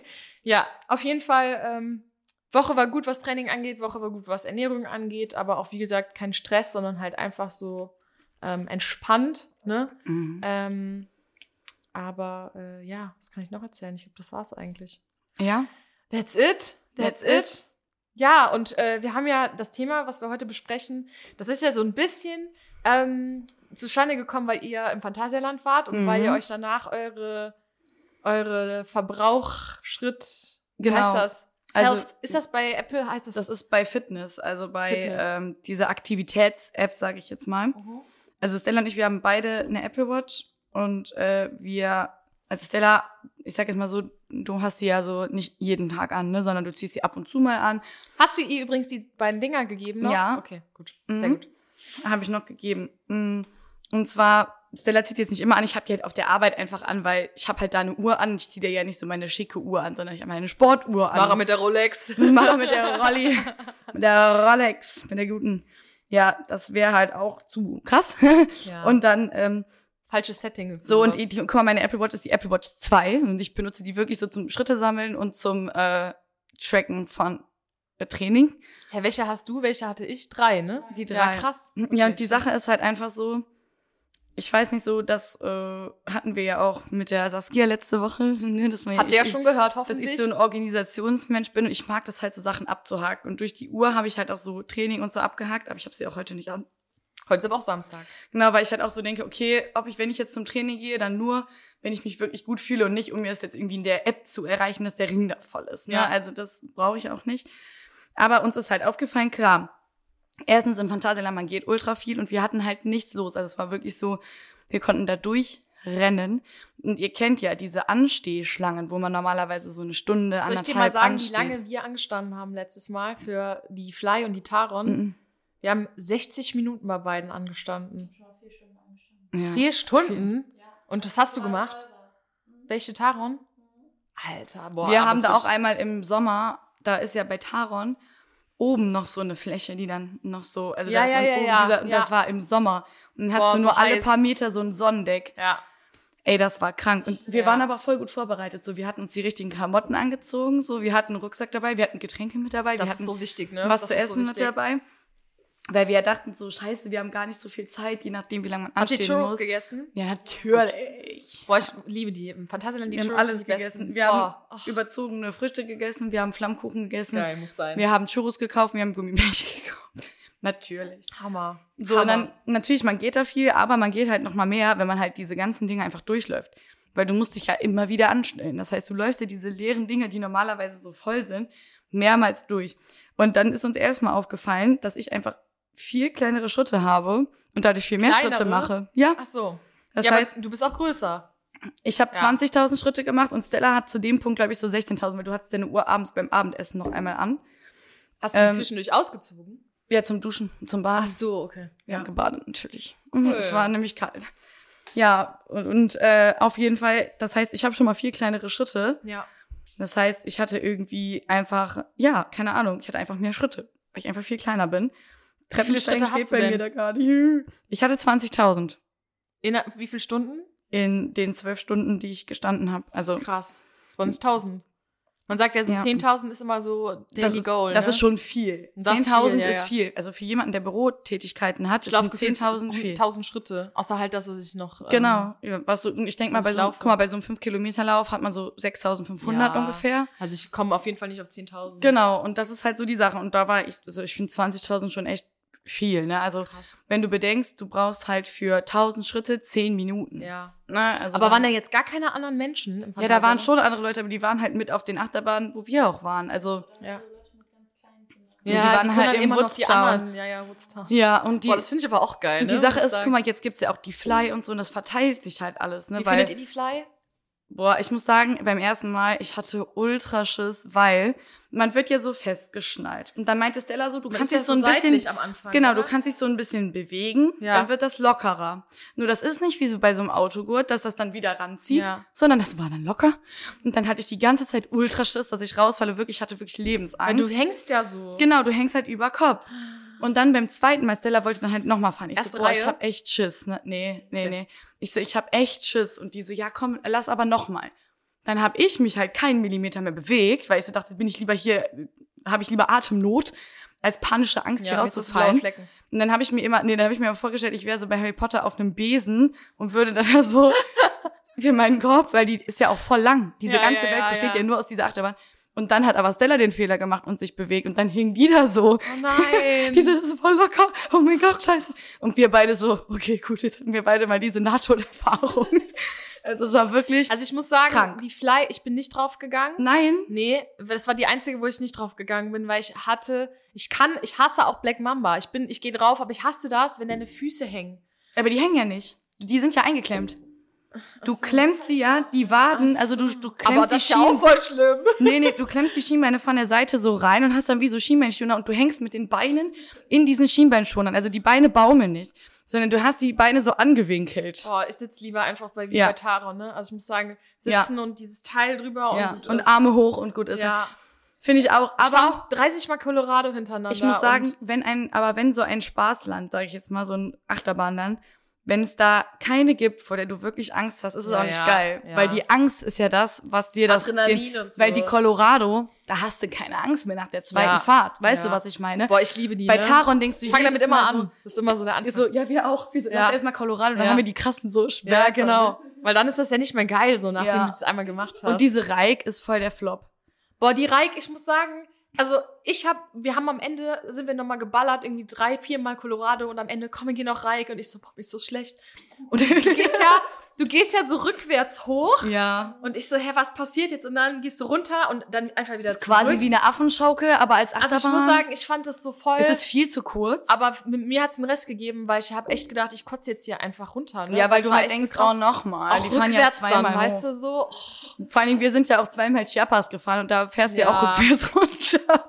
ja, auf jeden Fall. Ähm, Woche war gut, was Training angeht, Woche war gut, was Ernährung angeht, aber auch wie gesagt kein Stress, sondern halt einfach so ähm, entspannt. Ne?
Mhm.
Ähm, aber äh, ja, was kann ich noch erzählen? Ich glaube, das war's eigentlich.
Ja?
That's it. That's,
That's
it.
it.
Ja, und äh, wir haben ja das Thema, was wir heute besprechen, das ist ja so ein bisschen ähm, zustande gekommen, weil ihr im Phantasialand wart und
Mhm.
weil ihr euch danach eure, eure Verbrauchschritt, wie
Genau.
heißt das?
Also-
Health, ist das bei Apple, heißt das?
Das ist bei Fitness, also bei
Fitness.
Ähm, dieser Aktivitäts-App, sage ich jetzt mal.
Mhm.
Also Stella und ich, wir haben beide eine Apple Watch und äh, wir, also Stella, ich sag jetzt mal so, du hast die ja so nicht jeden Tag an, ne, sondern du ziehst sie ab und zu mal an.
Hast du ihr übrigens die beiden Dinger gegeben noch?
Ja.
Okay, gut.
Mhm.
Sehr gut.
Habe ich noch gegeben. Mm, Und zwar, Stella zieht die jetzt nicht immer an, ich habe die halt auf der Arbeit einfach an, weil ich habe halt da eine Uhr an. Ich ziehe dir ja nicht so meine schicke Uhr an, sondern ich habe meine Sportuhr an.
mit der Rolex.
Mache mit der Rolli, mit der Rolex, mit der guten. Ja, das wäre halt auch zu krass.
Ja.
Und dann, ähm,
Falsches Setting.
so, und die, die, guck mal, meine Apple Watch ist die Apple Watch 2 und ich benutze die wirklich so zum Schritte sammeln und zum äh, Tracken von äh, Training.
Ja, welche hast du? Welche hatte ich? Drei, ne?
Die
Ja,
drei.
krass.
Ja, und die Sache ist halt einfach so, ich weiß nicht so, das äh, hatten wir ja auch mit der Saskia letzte Woche, ne, dass man
Habt
ich,
ihr ja schon gehört,
dass
hoffentlich.
ich so ein Organisationsmensch bin und ich mag das halt so Sachen abzuhaken. Und durch die Uhr habe ich halt auch so Training und so abgehakt, aber ich habe sie auch heute nicht an.
Heute ist aber auch Samstag.
Genau, weil ich halt auch so denke, okay, ob ich, wenn ich jetzt zum Training gehe, dann nur, wenn ich mich wirklich gut fühle und nicht, um mir das jetzt irgendwie in der App zu erreichen, dass der Ring da voll ist. Ne?
Ja.
Also das brauche ich auch nicht. Aber uns ist halt aufgefallen, klar, erstens im Phantasialand, man geht ultra viel und wir hatten halt nichts los. Also es war wirklich so, wir konnten da durchrennen. Und ihr kennt ja diese Anstehschlangen, wo man normalerweise so eine Stunde,
Soll ich
anderthalb
dir mal sagen, wie
ansteht.
lange wir angestanden haben letztes Mal für die Fly und die Taron?
Mhm.
Wir haben 60 Minuten bei beiden angestanden.
Ja.
Vier Stunden? Und das hast du gemacht? Welche Taron? Alter, boah.
wir
aber
haben
es
da
wird-
auch einmal im Sommer, da ist ja bei Taron oben noch so eine Fläche, die dann noch so, also
Ja,
da ist
ja,
dann
ja,
oben
ja,
dieser, und
ja.
das war im Sommer. Und dann
Boah,
hattest du
so
nur alle
heiß.
paar Meter so ein Sonnendeck.
Ja.
Ey, das war krank. Und wir
Ja.
waren aber voll gut vorbereitet. So, wir hatten uns die richtigen Klamotten angezogen, so, wir hatten einen Rucksack dabei, wir hatten Getränke mit dabei,
Das
wir
ist
hatten
so wichtig, ne?
was
das
zu
ist
essen
so
mit
wichtig.
dabei. Weil wir ja dachten, so, scheiße, wir haben gar nicht so viel Zeit, je nachdem, wie lange man
Habt ihr
anstehen
Churros
muss.
gegessen?
Ja, natürlich.
Boah, ich liebe die. Im Phantasialand die
wir haben
Churros
alles
sind die besten. Oh.
gegessen. Wir haben
Boah, ach,
überzogene Früchte gegessen, wir haben Flammkuchen gegessen.
geil, muss sein.
Wir haben Churros gekauft, wir haben Gummibärchen gekauft. Natürlich.
Hammer.
So,
Hammer.
und dann, natürlich, man geht da viel, aber man geht halt noch mal mehr, wenn man halt diese ganzen Dinge einfach durchläuft. Weil du musst dich ja immer wieder anstellen. Das heißt, du läufst dir diese leeren Dinge, die normalerweise so voll sind, mehrmals durch. Und dann ist uns erstmal aufgefallen, dass ich einfach viel kleinere Schritte habe und dadurch viel mehr
Kleinere?
Schritte mache. Ja,
Ach so.
das
ja,
heißt,
aber du bist auch größer.
ich habe
Ja.
20.000 Schritte gemacht und Stella hat zu dem Punkt, glaube ich, so 16.000, weil du hattest deine Uhr abends beim Abendessen noch einmal an.
Hast du die
Ähm,
zwischendurch ausgezogen?
Ja, zum Duschen, zum Baden.
Ach so, okay.
Wir haben gebadet natürlich.
Cool.
Es war nämlich kalt. Ja, und, und äh, auf jeden Fall, das heißt, ich habe schon mal viel kleinere Schritte.
Ja.
Das heißt, ich hatte irgendwie einfach, ja, keine Ahnung, ich hatte einfach mehr Schritte, weil ich einfach viel kleiner bin. Treppensteigen
Schritte hast
steht
du
bei
denn?
mir da gar nicht. Ich hatte 20.000
In wie viele Stunden?
in den zwölf Stunden, die ich gestanden habe. Also
Krass. 20.000. Man sagt ja so,
Ja.
10.000 ist immer so Daily
das, ist,
Goal.
das
ne?
ist schon viel.
Das ist
10.000
viel, ja, ja.
ist viel. Also für jemanden, der Bürotätigkeiten
ich
hat, ist
laufe
10.000 viel.
1000 Schritte. Außer halt das, was ich noch. ähm,
Genau, ja, was so, ich denke mal,
muss
bei
ich
so,
laufen.
guck mal, bei so einem 5-Kilometer-Lauf hat man so 6500
Ja.
ungefähr.
Also ich komme auf jeden Fall nicht auf 10.000.
Genau, und das ist halt so die Sache. Und da war ich, also ich finde 20.000 schon echt viel, ne? Also,
Krass.
wenn du bedenkst, du brauchst halt für 1000 Schritte 10 Minuten.
Ja.
Ne? Also
Aber
dann-
waren da jetzt gar keine anderen Menschen? Im
Ja, da waren
Phantasialand?
schon andere Leute, aber die waren halt mit auf den Achterbahnen, wo wir auch waren. Also,
Ja.
die
Ja, die
waren
können
halt
dann
im
immer noch die
Woodstown.
anderen. Ja, ja, Woodstown.
ja, und die,
Boah, das finde ich aber auch geil.
und
Ne?
die Sache
muss ich
ist,
sagen.
guck mal, jetzt gibt's ja auch die Fly und so, und das verteilt sich halt alles, ne?
Wie
Weil,
findet ihr die Fly?
Boah, ich muss sagen, beim ersten Mal, ich hatte Ultraschiss, weil man wird ja so festgeschnallt. Und dann meinte Stella so, du kannst dich so ein bisschen,
am Anfang.
genau, du
oder?
kannst dich so ein bisschen bewegen,
Ja.
dann wird das lockerer. Nur das ist nicht wie so bei so einem Autogurt, dass das dann wieder ranzieht,
Ja.
sondern das war dann locker. Und dann hatte ich die ganze Zeit Ultraschiss, dass ich rausfalle, wirklich, ich hatte wirklich
Weil
Lebensangst.
du hängst ja so.
Genau, du hängst halt über Kopf. Und dann beim zweiten Mal, Stella wollte dann halt nochmal fahren. Ich
Erste
so, boah,
Reihe?
ich hab echt Schiss. Ne? Nee, nee,
Okay.
nee. Ich so, ich hab echt Schiss. Und die so, ja komm, lass aber nochmal. Dann hab ich mich halt keinen Millimeter mehr bewegt, weil ich so dachte, bin ich lieber hier, habe ich lieber Atemnot, als panische Angst hier
Ja, jetzt ist blaue
rauszufallen.
Flecken.
Und dann habe ich mir immer, nee, dann habe ich mir immer vorgestellt, ich wäre so bei Harry Potter auf einem Besen und würde dann da so für meinen Korb, weil die ist ja auch voll lang. Diese
Ja,
ganze
ja,
Welt
ja,
besteht ja.
ja.
nur aus dieser Achterbahn. Und dann hat aber Stella den Fehler gemacht und sich bewegt und dann hing die da so.
Oh nein.
Die so, das ist voll locker. Oh mein Gott, scheiße. Und wir beide so, okay, gut, jetzt hatten wir beide mal diese NATO-Erfahrung. Also es war wirklich,
also ich muss sagen,
Krank.
die Fly, ich bin nicht drauf gegangen.
nein.
Nee, das war die einzige, wo ich nicht drauf gegangen bin, weil ich hatte, ich kann, ich hasse auch Black Mamba. Ich bin, ich gehe drauf, aber ich hasse das, wenn deine Füße hängen.
Aber die hängen ja nicht. Die sind ja eingeklemmt. Du
so.
klemmst die ja, die Waden,
Ach
also du,
so.
du klemmst die Schienen.
voll schlimm.
Nee, nee, du klemmst die Schienbeine von der Seite so rein und hast dann wie so Schienbeinschoner und du hängst mit den Beinen in diesen Schienbeinschonern. Also die Beine baumeln nicht, sondern du hast die Beine so angewinkelt.
Boah, ich sitze lieber einfach bei wie
Ja.
bei Taro, ne? Also ich muss sagen, sitzen und dieses Teil drüber
ja.
und, äh,
und Arme hoch und gut ist.
ja.
Finde ich auch.
Aber
Aber
auch 30 Mal Colorado hintereinander.
ich muss sagen,
und-
wenn ein, aber wenn so ein Spaßland, sage ich jetzt mal so ein Achterbahnland, wenn es da keine gibt, vor der du wirklich Angst hast, ist es
Ja,
auch nicht
ja,
geil,
ja.
weil die Angst ist ja das, was dir das
Adrenalin und so.
weil die Colorado, da hast du keine Angst mehr nach der zweiten
Ja,
Fahrt, weißt
ja.
du, was ich meine?
boah, ich liebe die.
Bei
ne?
Taron denkst du,
ich fange
jedes
damit immer
Mal
an. das ist immer so der
So,
Anfang.
so, ja, wir auch. Wir so,
Ja.
erst erstmal Colorado, dann
Ja. genau.
haben wir die krassen so ne? Berge.
Weil dann ist das ja nicht mehr geil, so nachdem
Ja.
du das einmal gemacht hast.
Und diese Reik ist voll der Flop.
Boah, die Reik, ich muss sagen, also ich habe, wir haben am Ende, sind wir nochmal geballert, irgendwie drei, viermal Colorado und am Ende, komm, wir gehen noch Reik und ich so, boah, mir ist so schlecht.
Und
Du gehst ja, du gehst ja so rückwärts hoch
ja.
und ich so, hä, was passiert jetzt? Und dann gehst du runter und dann einfach wieder
Das ist quasi
zurück.
wie eine Affenschaukel, aber als
also
Achterbahn
ich muss sagen, ich fand das so voll.
ist es viel zu kurz.
aber mit mir hat's einen Rest gegeben, weil ich habe echt gedacht, ich kotze jetzt hier einfach runter. Ne?
ja, weil
Das
du
war
halt
echt so
denkst,
krass.
oh, nochmal.
auch
Die fahren ja
rückwärts
zweimal
dann, weißt
hoch.
du, so. Oh,
Vor allen Dingen, wir sind ja auch zweimal Chiapas gefahren und da fährst du ja
Ja.
auch rückwärts runter.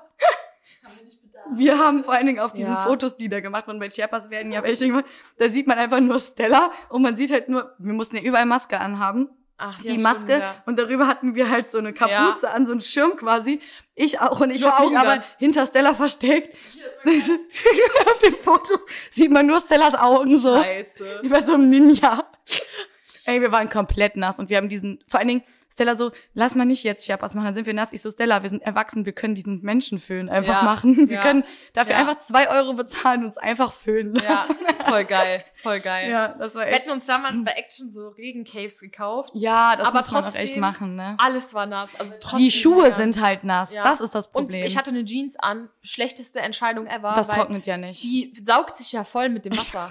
Wir haben vor allen Dingen auf diesen
Ja.
Fotos, die da gemacht wurden, bei Chiapas werden ja welche gemacht, da sieht man einfach nur Stella und man sieht halt nur, wir mussten ja überall Maske anhaben.
ach,
die
ja,
Maske
Stimmt, ja.
und darüber hatten wir halt so eine Kapuze an, so einen Schirm quasi. Ich auch und ich
Nur
habe mich
Augen
aber
dann.
hinter Stella versteckt. Auf dem Foto sieht man nur Stellas Augen so,
Scheiße.
wie bei so einem Ninja. Ey, wir waren komplett nass und wir haben diesen, vor allen Dingen Stella so, lass mal nicht jetzt Sherpas machen, dann sind wir nass. Ich so, Stella, wir sind erwachsen, wir können diesen Menschenföhn einfach
Ja,
machen. Wir
ja,
können dafür
ja.
einfach zwei Euro bezahlen und uns einfach föhnen
Ja,
lassen.
voll geil, voll geil.
Ja, das war
Wir
echt.
hätten uns damals bei Action so Regencaves gekauft.
Ja, das
Aber
muss man auch echt
trotzdem-
machen, ne?
Alles war nass. Also trotzdem,
Die Schuhe
ja.
sind halt nass.
Ja.
Das ist das
Und
Problem.
ich hatte eine Jeans an. Schlechteste Entscheidung ever.
das
weil
trocknet ja nicht.
Die saugt sich ja voll mit dem Wasser.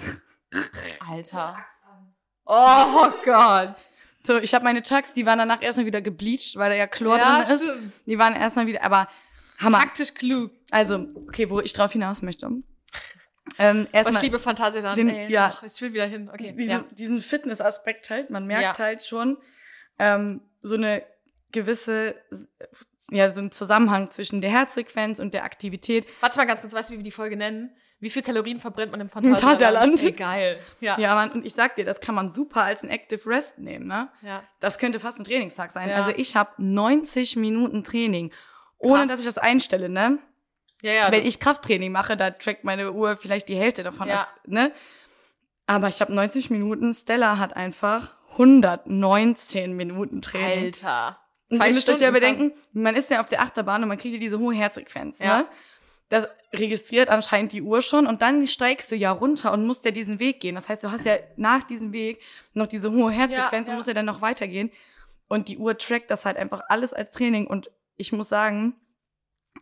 Alter. Oh Gott.
So, ich habe meine Chucks, die waren danach erstmal wieder gebleached, weil da ja Chlor
Ja,
drin ist.
stimmt.
Die waren erstmal wieder, aber Hammer.
Taktisch klug.
Also, okay, wo ich drauf hinaus möchte. Ähm,
Aber ich
erstmal
liebe Fantasia dann.
den-
Ey,
ja.
ach, ich will wieder hin. Okay.
diesen,
Ja.
diesen Fitness-Aspekt halt, man merkt
Ja.
halt schon ähm, so eine gewisse, ja, so einen Zusammenhang zwischen der Herzfrequenz und der Aktivität.
Warte mal ganz kurz, weißt du, wie wir die Folge nennen? Wie viel Kalorien verbrennt man im
Phantasialand.
Phantasialand? Ey, geil. Ja.
Ja, man, und ich sag dir, das kann man super als ein Active Rest nehmen, ne?
ja.
Das könnte fast ein Trainingstag sein.
Ja.
Also ich habe 90 Minuten Training, ohne
Krass.
dass ich das einstelle, ne?
Ja, ja.
Wenn ich Krafttraining mache, da trackt meine Uhr vielleicht die Hälfte davon,
Ja.
als- ne? Aber ich habe 90 Minuten, Stella hat einfach 119 Minuten Training.
Alter.
Und ihr müsst euch ja
Stunden
bedenken, man ist ja auf der Achterbahn und man kriegt ja diese hohe Herzfrequenz,
Ja.
ne? Das registriert anscheinend die Uhr schon und dann steigst du ja runter und musst ja diesen Weg gehen. Das heißt, du hast ja nach diesem Weg noch diese hohe Herzfrequenz
Ja, ja.
und musst ja dann noch weitergehen. Und die Uhr trackt das halt einfach alles als Training und ich muss sagen,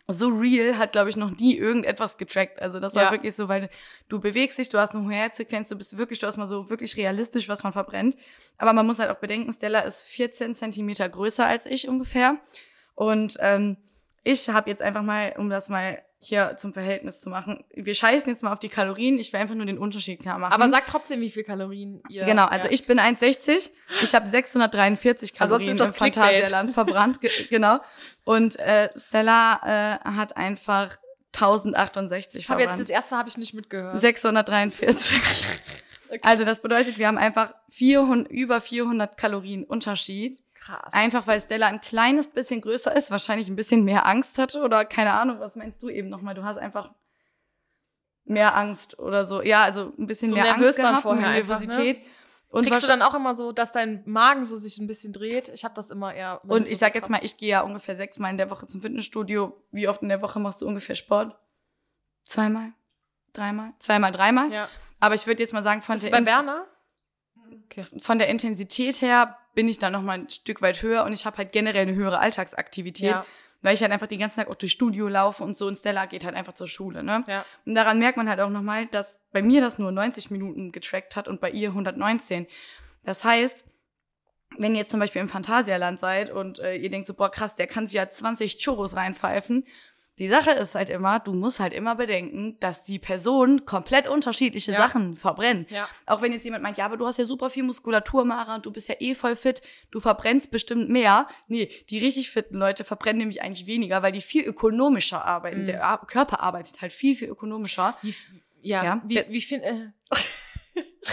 so real hat, glaube ich, noch nie irgendetwas getrackt. Also das war
Ja.
wirklich so, weil du bewegst dich, du hast eine hohe Herzfrequenz, du bist wirklich, du hast mal so wirklich realistisch, was man verbrennt. Aber man muss halt auch bedenken, Stella ist 14 Zentimeter größer als ich ungefähr. Und ähm, ich habe jetzt einfach mal, um das mal hier zum Verhältnis zu machen. Wir scheißen jetzt mal auf die Kalorien. Ich will einfach nur den Unterschied klar machen.
Aber sag trotzdem, wie viel Kalorien ihr.
Genau, also
ja.
ich bin 1,60. Ich habe 643 Kalorien
Ansonsten Also ist das
im
Clickbait.
Phantasialand verbrannt. Ge genau. Und äh, Stella äh, hat einfach 1068
Ich habe jetzt das
verbrannt.
erste habe ich nicht mitgehört.
643.
Okay.
Also das bedeutet, wir haben einfach 400, über 400 Kalorien Unterschied.
Krass.
Einfach weil Stella ein kleines bisschen größer ist, wahrscheinlich ein bisschen mehr Angst hatte oder keine Ahnung, was meinst du eben nochmal? Du hast einfach mehr Angst oder so. Ja, also ein bisschen
So
mehr
nervös
Angst
waren
gehabt,
vorher
mehr
einfach, ne?
Nervosität. Und,
Kriegst du
wahrsch-
dann auch immer so, dass dein Magen so sich ein bisschen dreht? Ich habe das immer eher. wenn
und
das
ich
so
sag jetzt
krass-
mal, ich gehe ja ungefähr sechsmal in der Woche zum Fitnessstudio. Wie oft in der Woche machst du ungefähr Sport? Zweimal? Dreimal? Zweimal, dreimal?
Ja.
Aber ich würde jetzt mal sagen, von
Bist du
der
bei
In-
Berner?
von der Intensität her bin ich dann noch mal ein Stück weit höher und ich habe halt generell eine höhere Alltagsaktivität,
Ja.
weil ich halt einfach den ganzen Tag auch durch Studio laufe und so und Stella geht halt einfach zur Schule, ne?
Ja.
Und daran merkt man halt auch noch mal, dass bei mir das nur 90 Minuten getrackt hat und bei ihr 119. Das heißt, wenn ihr jetzt zum Beispiel im Phantasialand seid und äh, ihr denkt so, boah, krass, der kann sich ja 20 Churros reinpfeifen. Die Sache ist halt immer, du musst halt immer bedenken, dass die Personen komplett unterschiedliche
Ja.
Sachen verbrennen.
Ja.
Auch wenn jetzt jemand meint, ja, aber du hast ja super viel Muskulatur, Mara, und du bist ja eh voll fit, du verbrennst bestimmt mehr. Nee, die richtig fitten Leute verbrennen nämlich eigentlich weniger, weil die viel ökonomischer arbeiten.
Mhm.
Der Ar- Körper arbeitet halt viel, viel ökonomischer.
Wie, f- ja,
Ja.
wie, wie finde äh,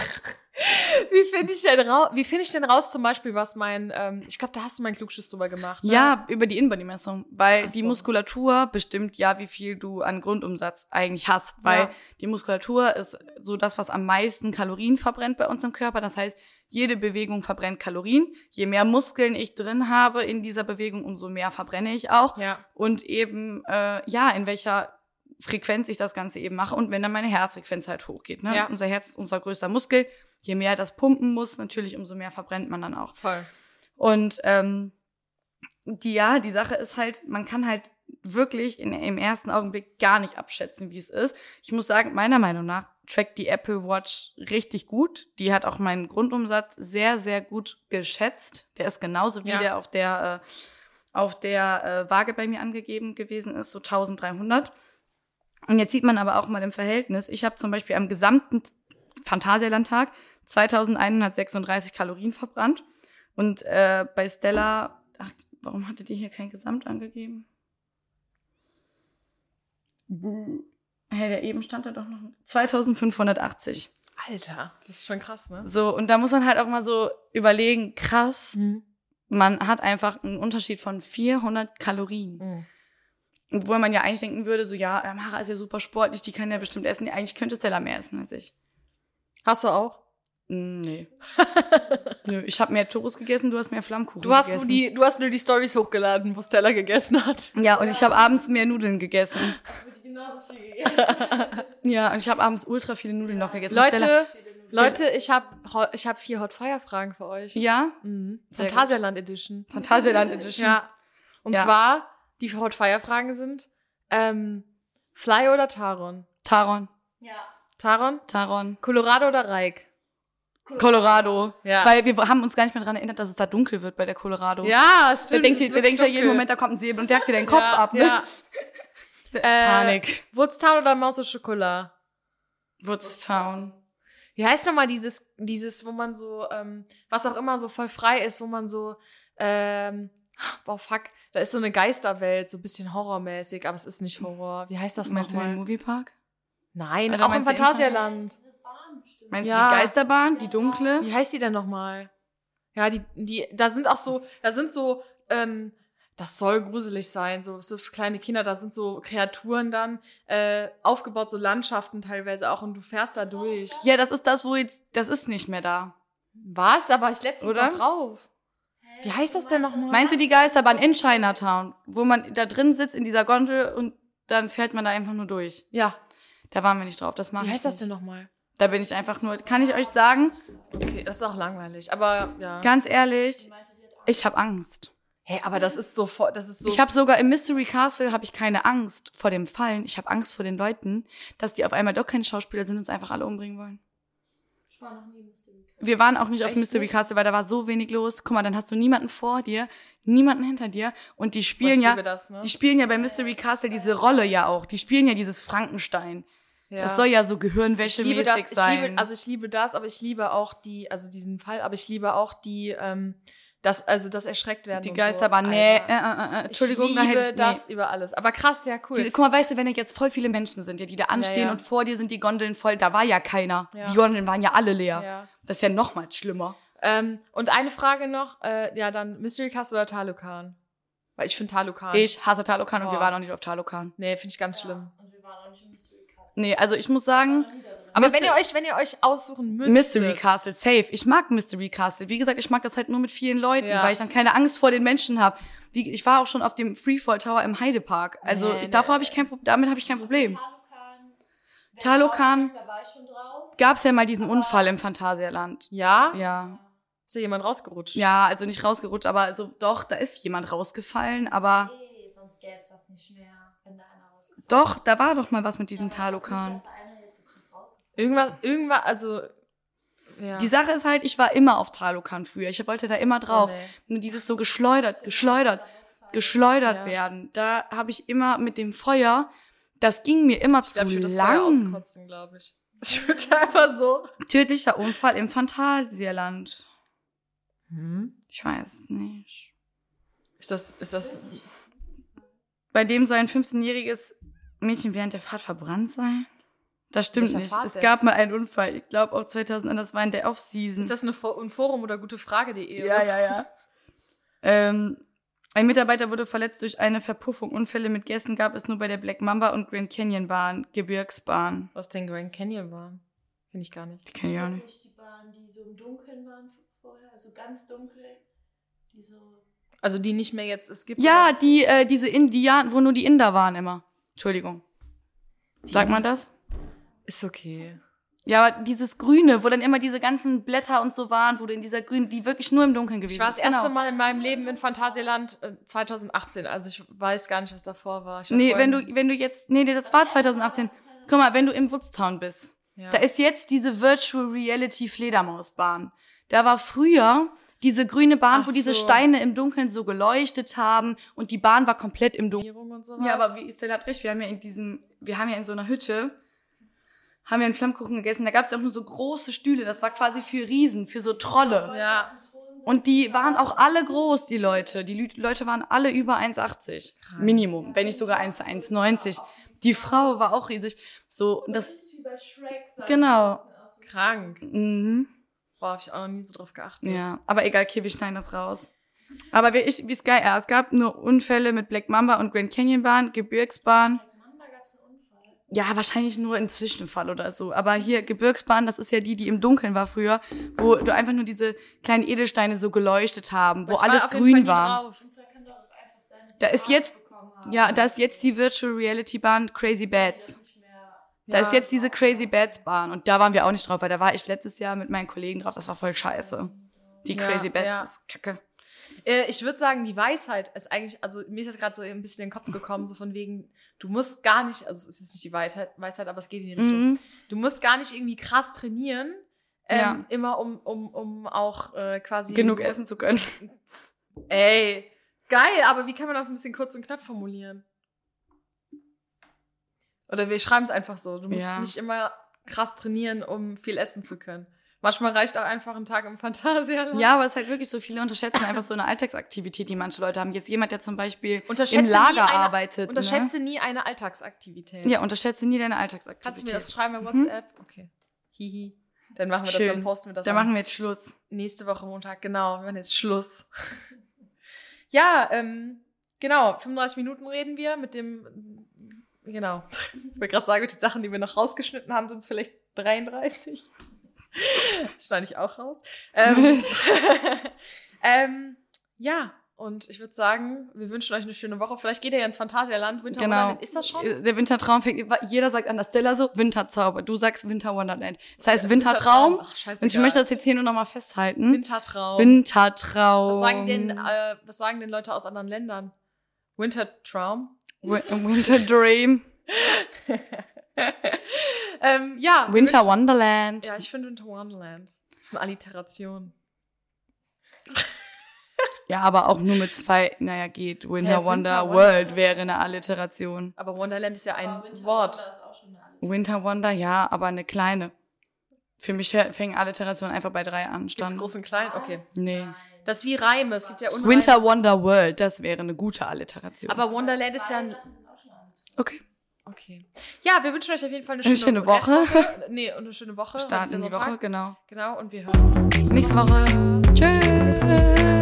wie finde ich denn raus, wie finde ich denn raus zum Beispiel, was mein, ähm, ich glaube, da hast du meinen Klugschiss drüber gemacht. Ne?
Ja, über die Innenbodymessung, weil
Ach
die
so.
Muskulatur bestimmt ja, wie viel du an Grundumsatz eigentlich hast, weil
Ja.
die Muskulatur ist so das, was am meisten Kalorien verbrennt bei uns im Körper. Das heißt, jede Bewegung verbrennt Kalorien. Je mehr Muskeln ich drin habe in dieser Bewegung, umso mehr verbrenne ich auch.
Ja.
und eben äh, ja, in welcher Frequenz ich das Ganze eben mache und wenn dann meine Herzfrequenz halt hochgeht. Ne?
Ja.
Unser Herz ist unser größter Muskel. Je mehr das pumpen muss, natürlich, umso mehr verbrennt man dann auch.
Voll.
Und ähm, die, ja, die Sache ist halt, man kann halt wirklich in, im ersten Augenblick gar nicht abschätzen, wie es ist. Ich muss sagen, meiner Meinung nach trackt die Apple Watch richtig gut. Die hat auch meinen Grundumsatz sehr, sehr gut geschätzt. Der ist genauso wie
Ja.
der auf der, äh, auf der äh, Waage bei mir angegeben gewesen ist, so 1300. Und jetzt sieht man aber auch mal im Verhältnis, ich habe zum Beispiel am gesamten Phantasialandtag 2136 Kalorien verbrannt. Und äh, bei Stella, ach, warum hatte die hier kein Gesamt angegeben? Buh. Hä, der eben stand da doch noch 2580.
Alter, das ist schon krass, ne?
So, und da muss man halt auch mal so überlegen, krass,
Mhm.
man hat einfach einen Unterschied von 400 Kalorien.
Mhm.
Obwohl man ja eigentlich denken würde, so, ja, äh, Mara ist ja super sportlich, die kann ja bestimmt essen. Ja, Eigentlich könnte Stella mehr essen als ich.
Hast du auch?
Mm, Nee. Nö, ich habe mehr Churros gegessen, du hast mehr Flammkuchen
Du hast,
gegessen.
nur die, du hast nur die Stories hochgeladen, wo Stella gegessen hat.
Ja, und ich habe abends mehr Nudeln gegessen. Ja, und ich habe abends ultra viele Nudeln noch gegessen. Stella-
Leute, Leute, ich habe ich hab vier Hot Fire Fragen für euch.
Ja?
Mhm.
Sehr gut.
Phantasialand Edition.
Phantasialand Edition.
Ja. Und
Ja.
zwar, die Hot Fire Fragen sind, ähm, Fly oder Taron?
Taron.
Taron?
Taron.
Colorado oder Reik?
Colorado.
Ja.
Weil wir haben uns gar nicht mehr daran erinnert, dass es da dunkel wird bei der Colorado.
Ja,
Da
stimmt.
denkst,
es
du-
ist
da denkst du ja
wirklich
jeden
dunkel.
Moment, da kommt ein Säbel und der hackt dir deinen Kopf
ja,
ab, ne?
Ja. Äh,
Panik.
Wurztown oder Maus au Chocolat?
Woodstown.
Wie heißt nochmal dieses, dieses, wo man so, ähm, was auch immer so voll frei ist, wo man so, ähm, boah, fuck, da ist so eine Geisterwelt, so ein bisschen horrormäßig, aber es ist nicht Horror. Wie heißt das
Meinst du den
nochmal?
Moviepark?
Nein,
Oder
auch im
meinst du im
Phantasialand.
Meinst
Ja.
du die Geisterbahn, die dunkle?
Wie heißt die denn nochmal? Ja, die, die, da sind auch so, da sind so, ähm, das soll gruselig sein, so es ist für kleine Kinder, da sind so Kreaturen dann äh, aufgebaut, so Landschaften teilweise auch und du fährst da durch.
Ja, das ist das, wo jetzt, das ist nicht mehr da.
War es, aber ich letztens
Oder?
Oder? drauf. Wie heißt das denn nochmal?
Meinst du die Geisterbahn in Chinatown, wo man da drin sitzt in dieser Gondel und dann fährt man da einfach nur durch?
Ja.
Da waren wir nicht drauf, Ah, das mache ich
Wie heißt das
nicht.
denn nochmal?
Da bin ich einfach nur, kann ich euch sagen,
Okay, das ist auch langweilig, aber ja.
ganz ehrlich, ich habe Angst.
Hey, aber das ist so, voll- das ist so.
Ich habe sogar im Mystery Castle habe ich keine Angst vor dem Fallen, ich habe Angst vor den Leuten, dass die auf einmal doch keine Schauspieler sind und uns einfach alle umbringen wollen.
Ich war noch nie Mystery Castle.
Wir waren auch nicht auf
Echt
Mystery
nicht?
Castle, weil da war so wenig los. Guck mal, dann hast du niemanden vor dir, niemanden hinter dir und die spielen ja,
Das, ne?
die spielen ja bei Mystery Castle diese Rolle ja auch. Die spielen ja dieses Frankenstein.
ja.
Das soll ja so
ich liebe das,
Gehirnwäschemäßig
ich
sein.
liebe, also ich liebe das, aber ich liebe auch die, also diesen Fall, aber ich liebe auch die, ähm, das, also das erschreckt werden.
die
und
Geister
so.
waren, nee, äh,
Alter.
äh, äh,
ich
Entschuldigung, da
liebe
hätte ich, nee.
das über alles. Aber krass, ja, cool.
Diese, guck mal, weißt du, wenn da jetzt voll viele Menschen sind, ja, die da anstehen
ja.
und vor dir sind die Gondeln voll, da war ja keiner.
Ja.
Die Gondeln waren ja alle leer.
ja.
Das ist ja nochmal schlimmer.
Ähm, und eine Frage noch, äh, ja, dann Mystery Castle oder Talukan? Weil ich finde Talukan.
Ich hasse Talokan und wir
Boah.
waren noch nicht auf Talokan.
Nee, finde ich ganz schlimm.
Und wir waren auch nicht im Mystery Castle.
Nee, also ich muss sagen,
Aber
Myster-
wenn ihr euch, wenn ihr euch aussuchen müsst.
Mystery Castle, safe. Ich mag Mystery Castle. Wie gesagt, ich mag das halt nur mit vielen Leuten,
Ja.
weil ich dann keine Angst vor den Menschen habe. Wie, ich war auch schon auf dem Freefall Tower im Heidepark. Also
Nee,
ich- davor habe ich kein, Pro- damit habe ich kein Problem.
Talokan. Wenn
Talokan.
draufgegangen, Da war ich schon drauf.
Gab's ja mal diesen Unfall im Phantasialand.
Ja?
Ja.
Ist ja jemand rausgerutscht.
Ja, also nicht rausgerutscht, aber so doch, da ist jemand rausgefallen, aber
Nee, sonst gäbe es das nicht mehr, wenn da einer rausgekommen
doch, da war doch mal was mit
ist.
diesem Talokan.
Nicht, dass da einer jetzt so krass rausgekommen
Irgendwas, irgendwas, also. Ja.
Die Sache ist halt, ich war immer auf Talokan früher. Ich wollte da immer drauf.
Oh, nee.
Nur dieses so geschleudert, geschleudert, geschleudert
Ja.
werden. Da habe ich immer mit dem Feuer, das ging mir immer
Ich
zu
glaube, ich würde das Feuer
lang.
auskotzen, glaube ich. Ich würde einfach so.
Tödlicher Unfall im Phantasialand.
Hm?
Ich weiß nicht.
Ist das, ist das.
Bei dem soll ein 15-jähriges Mädchen während der Fahrt verbrannt sein? Das stimmt
Welcher
nicht.
Fahrt
es
denn?
gab mal einen Unfall. Ich glaube auch 2000, das war in der Off-Season.
Ist das eine For ein Forum oder gutefrage.de?
Ja,
oder so?
ja, ja. ähm, ein Mitarbeiter wurde verletzt durch eine Verpuffung. Unfälle mit Gästen gab es nur bei der Black Mamba und Grand Canyon Bahn, Gebirgsbahn.
Was denn Grand Canyon war? Finde ich gar nicht.
Die kenne ich auch
ist
nicht.
das nicht die Bahn, die so im Dunkeln waren vorher, also ganz dunkel, die so
Also die nicht mehr jetzt, es gibt.
Ja, die, äh, diese Indianer, wo nur die Inder waren immer. Entschuldigung. Sagt man das?
Ist okay.
Ja, aber dieses Grüne, wo dann immer diese ganzen Blätter und so waren, wo du in dieser Grünen, die wirklich nur im Dunkeln gewesen
Ich war das
ist.
erste
Genau.
Mal in meinem Leben in Phantasialand äh, 2018, also ich weiß gar nicht, was davor war. Ich war
Nee,
voll-
wenn du, wenn du jetzt, nee, das war 2018. Guck mal, wenn du im Woodstown bist,
Ja.
Da ist jetzt diese Virtual Reality Fledermausbahn. Da war früher diese grüne Bahn,
Ach
wo diese
so.
Steine im Dunkeln so geleuchtet haben und die Bahn war komplett im Dunkeln.
Regierung und sowas.
Ja, aber wie ist denn das recht? Wir haben ja in diesem, wir haben ja in so einer Hütte, haben wir einen Flammkuchen gegessen. Da gab es ja auch nur so große Stühle. Das war quasi für Riesen, für so Trolle.
Ja.
Und die waren auch alle groß, die Leute. Die Lü- Leute waren alle über 1,80. Minimum, wenn nicht sogar 1, 1,90. Die Frau war auch riesig. So, und das,
richtig wie bei Shrek. sah
Genau.
das ein bisschen aus.
Krank.
mhm.
Boah, hab ich auch noch nie so drauf geachtet.
Ja, aber egal, okay, wir schneiden das raus. Aber wie ich, wie Sky, ja, es gab nur Unfälle mit Black Mamba und Grand Canyon Bahn, Gebirgsbahn.
Bei Mamba gab es einen Unfall.
Ja, wahrscheinlich nur im Zwischenfall oder so. Aber hier Gebirgsbahn, das ist ja die, die im Dunkeln war früher, wo du einfach nur diese kleinen Edelsteine so geleuchtet haben, wo
Ich war
alles
auf jeden Fall
grün
nie
war.
drauf.
Unfall kann doch auch einfach sein, dass
Da
wir
ist
Haare
jetzt-
bekommen haben.
Ja, da ist jetzt die Virtual Reality Bahn Crazy Bats.
Nicht mehr.
Da
Ja.
ist jetzt diese Crazy Bats Bahn und da waren wir auch nicht drauf, weil da war ich letztes Jahr mit meinen Kollegen drauf. Das war voll scheiße. Die
Ja,
Crazy Bats
ja.
ist kacke.
Äh, ich würde sagen, die Weisheit ist eigentlich, also mir ist jetzt gerade so ein bisschen in den Kopf gekommen, so von wegen, du musst gar nicht, also es ist jetzt nicht die Weisheit, Weisheit aber es geht in die Richtung.
Mhm.
Du musst gar nicht irgendwie krass trainieren, ähm,
Ja.
immer um, um, um auch äh, quasi.
Genug essen zu können.
Ey, geil, aber wie kann man das ein bisschen kurz und knapp formulieren? Oder wir schreiben es einfach so. Du musst
Ja.
nicht immer krass trainieren, um viel essen zu können. Manchmal reicht auch einfach ein Tag im Phantasialand.
Ja, aber es ist halt wirklich so, viele unterschätzen einfach so eine Alltagsaktivität, die manche Leute haben. Jetzt jemand, der zum Beispiel
Unterschätze
im
nie
Lager
eine,
arbeitet.
Unterschätze nie eine Alltagsaktivität.
ne? Ja, unterschätze nie deine
Kannst
Alltagsaktivität.
du mir das schreiben bei WhatsApp? Okay. Hihi. Dann machen wir
Schön.
das, dann posten wir das
Dann
am-
machen wir jetzt Schluss.
nächste Woche Montag. Genau, wir machen jetzt Schluss. ja, ähm, genau, 35 Minuten reden wir mit dem, genau. Ich wollte gerade sagen, die Sachen, die wir noch rausgeschnitten haben, sind es vielleicht 33. Schneide ich auch raus. Ähm, ähm, ja, und ich würde sagen, wir wünschen euch eine schöne Woche. Vielleicht geht ihr ja ins Phantasialand. Winter
Genau.
Wonderland, ist das schon?
Der Wintertraum fängt, jeder sagt an der Stella so, Winterzauber. Du sagst Winter Wonderland. Das heißt Wintertraum.
Ach, scheiße.
Und ich möchte das jetzt hier nur nochmal festhalten.
Wintertraum.
Wintertraum.
Was sagen denn,
um
äh, was sagen denn Leute aus anderen Ländern? Wintertraum?
Win- Winter Dream.
ähm, ja.
Winter
Wonderland.
Wonderland.
Ja, ich finde Winter Wonderland. Das ist eine Alliteration.
Ja, aber auch nur mit zwei, naja, geht. Winter,
Winter
Wonder,
Wonder-
World wäre eine Alliteration.
Aber Wonderland ist ja ein
Aber Oh, Winter
Wort.
Wonder ist auch schon eine andere.
Winter Wonder, ja, aber eine kleine. Für mich hä- fängt Alliteration einfach bei drei an.
Gibt's
Stand.
groß und klein? Okay.
Was?
Nee.
Nein.
Das ist wie Reime. Es gibt ja unreine.
Winter Wonder World, das wäre eine gute Alliteration.
Aber Wonderland ist ja
Zwei
ein
Sachen sind auch schon eine andere.
okay.
Okay. Ja, wir wünschen euch auf jeden Fall eine
Eine
schöne,
schöne Woche.
Restwoche. Nee, und eine schöne Woche. Heute ist
Starten
ja
die Woche,
Sonntag.
genau.
Genau, und wir hören uns
Nächste Woche. Tschüss.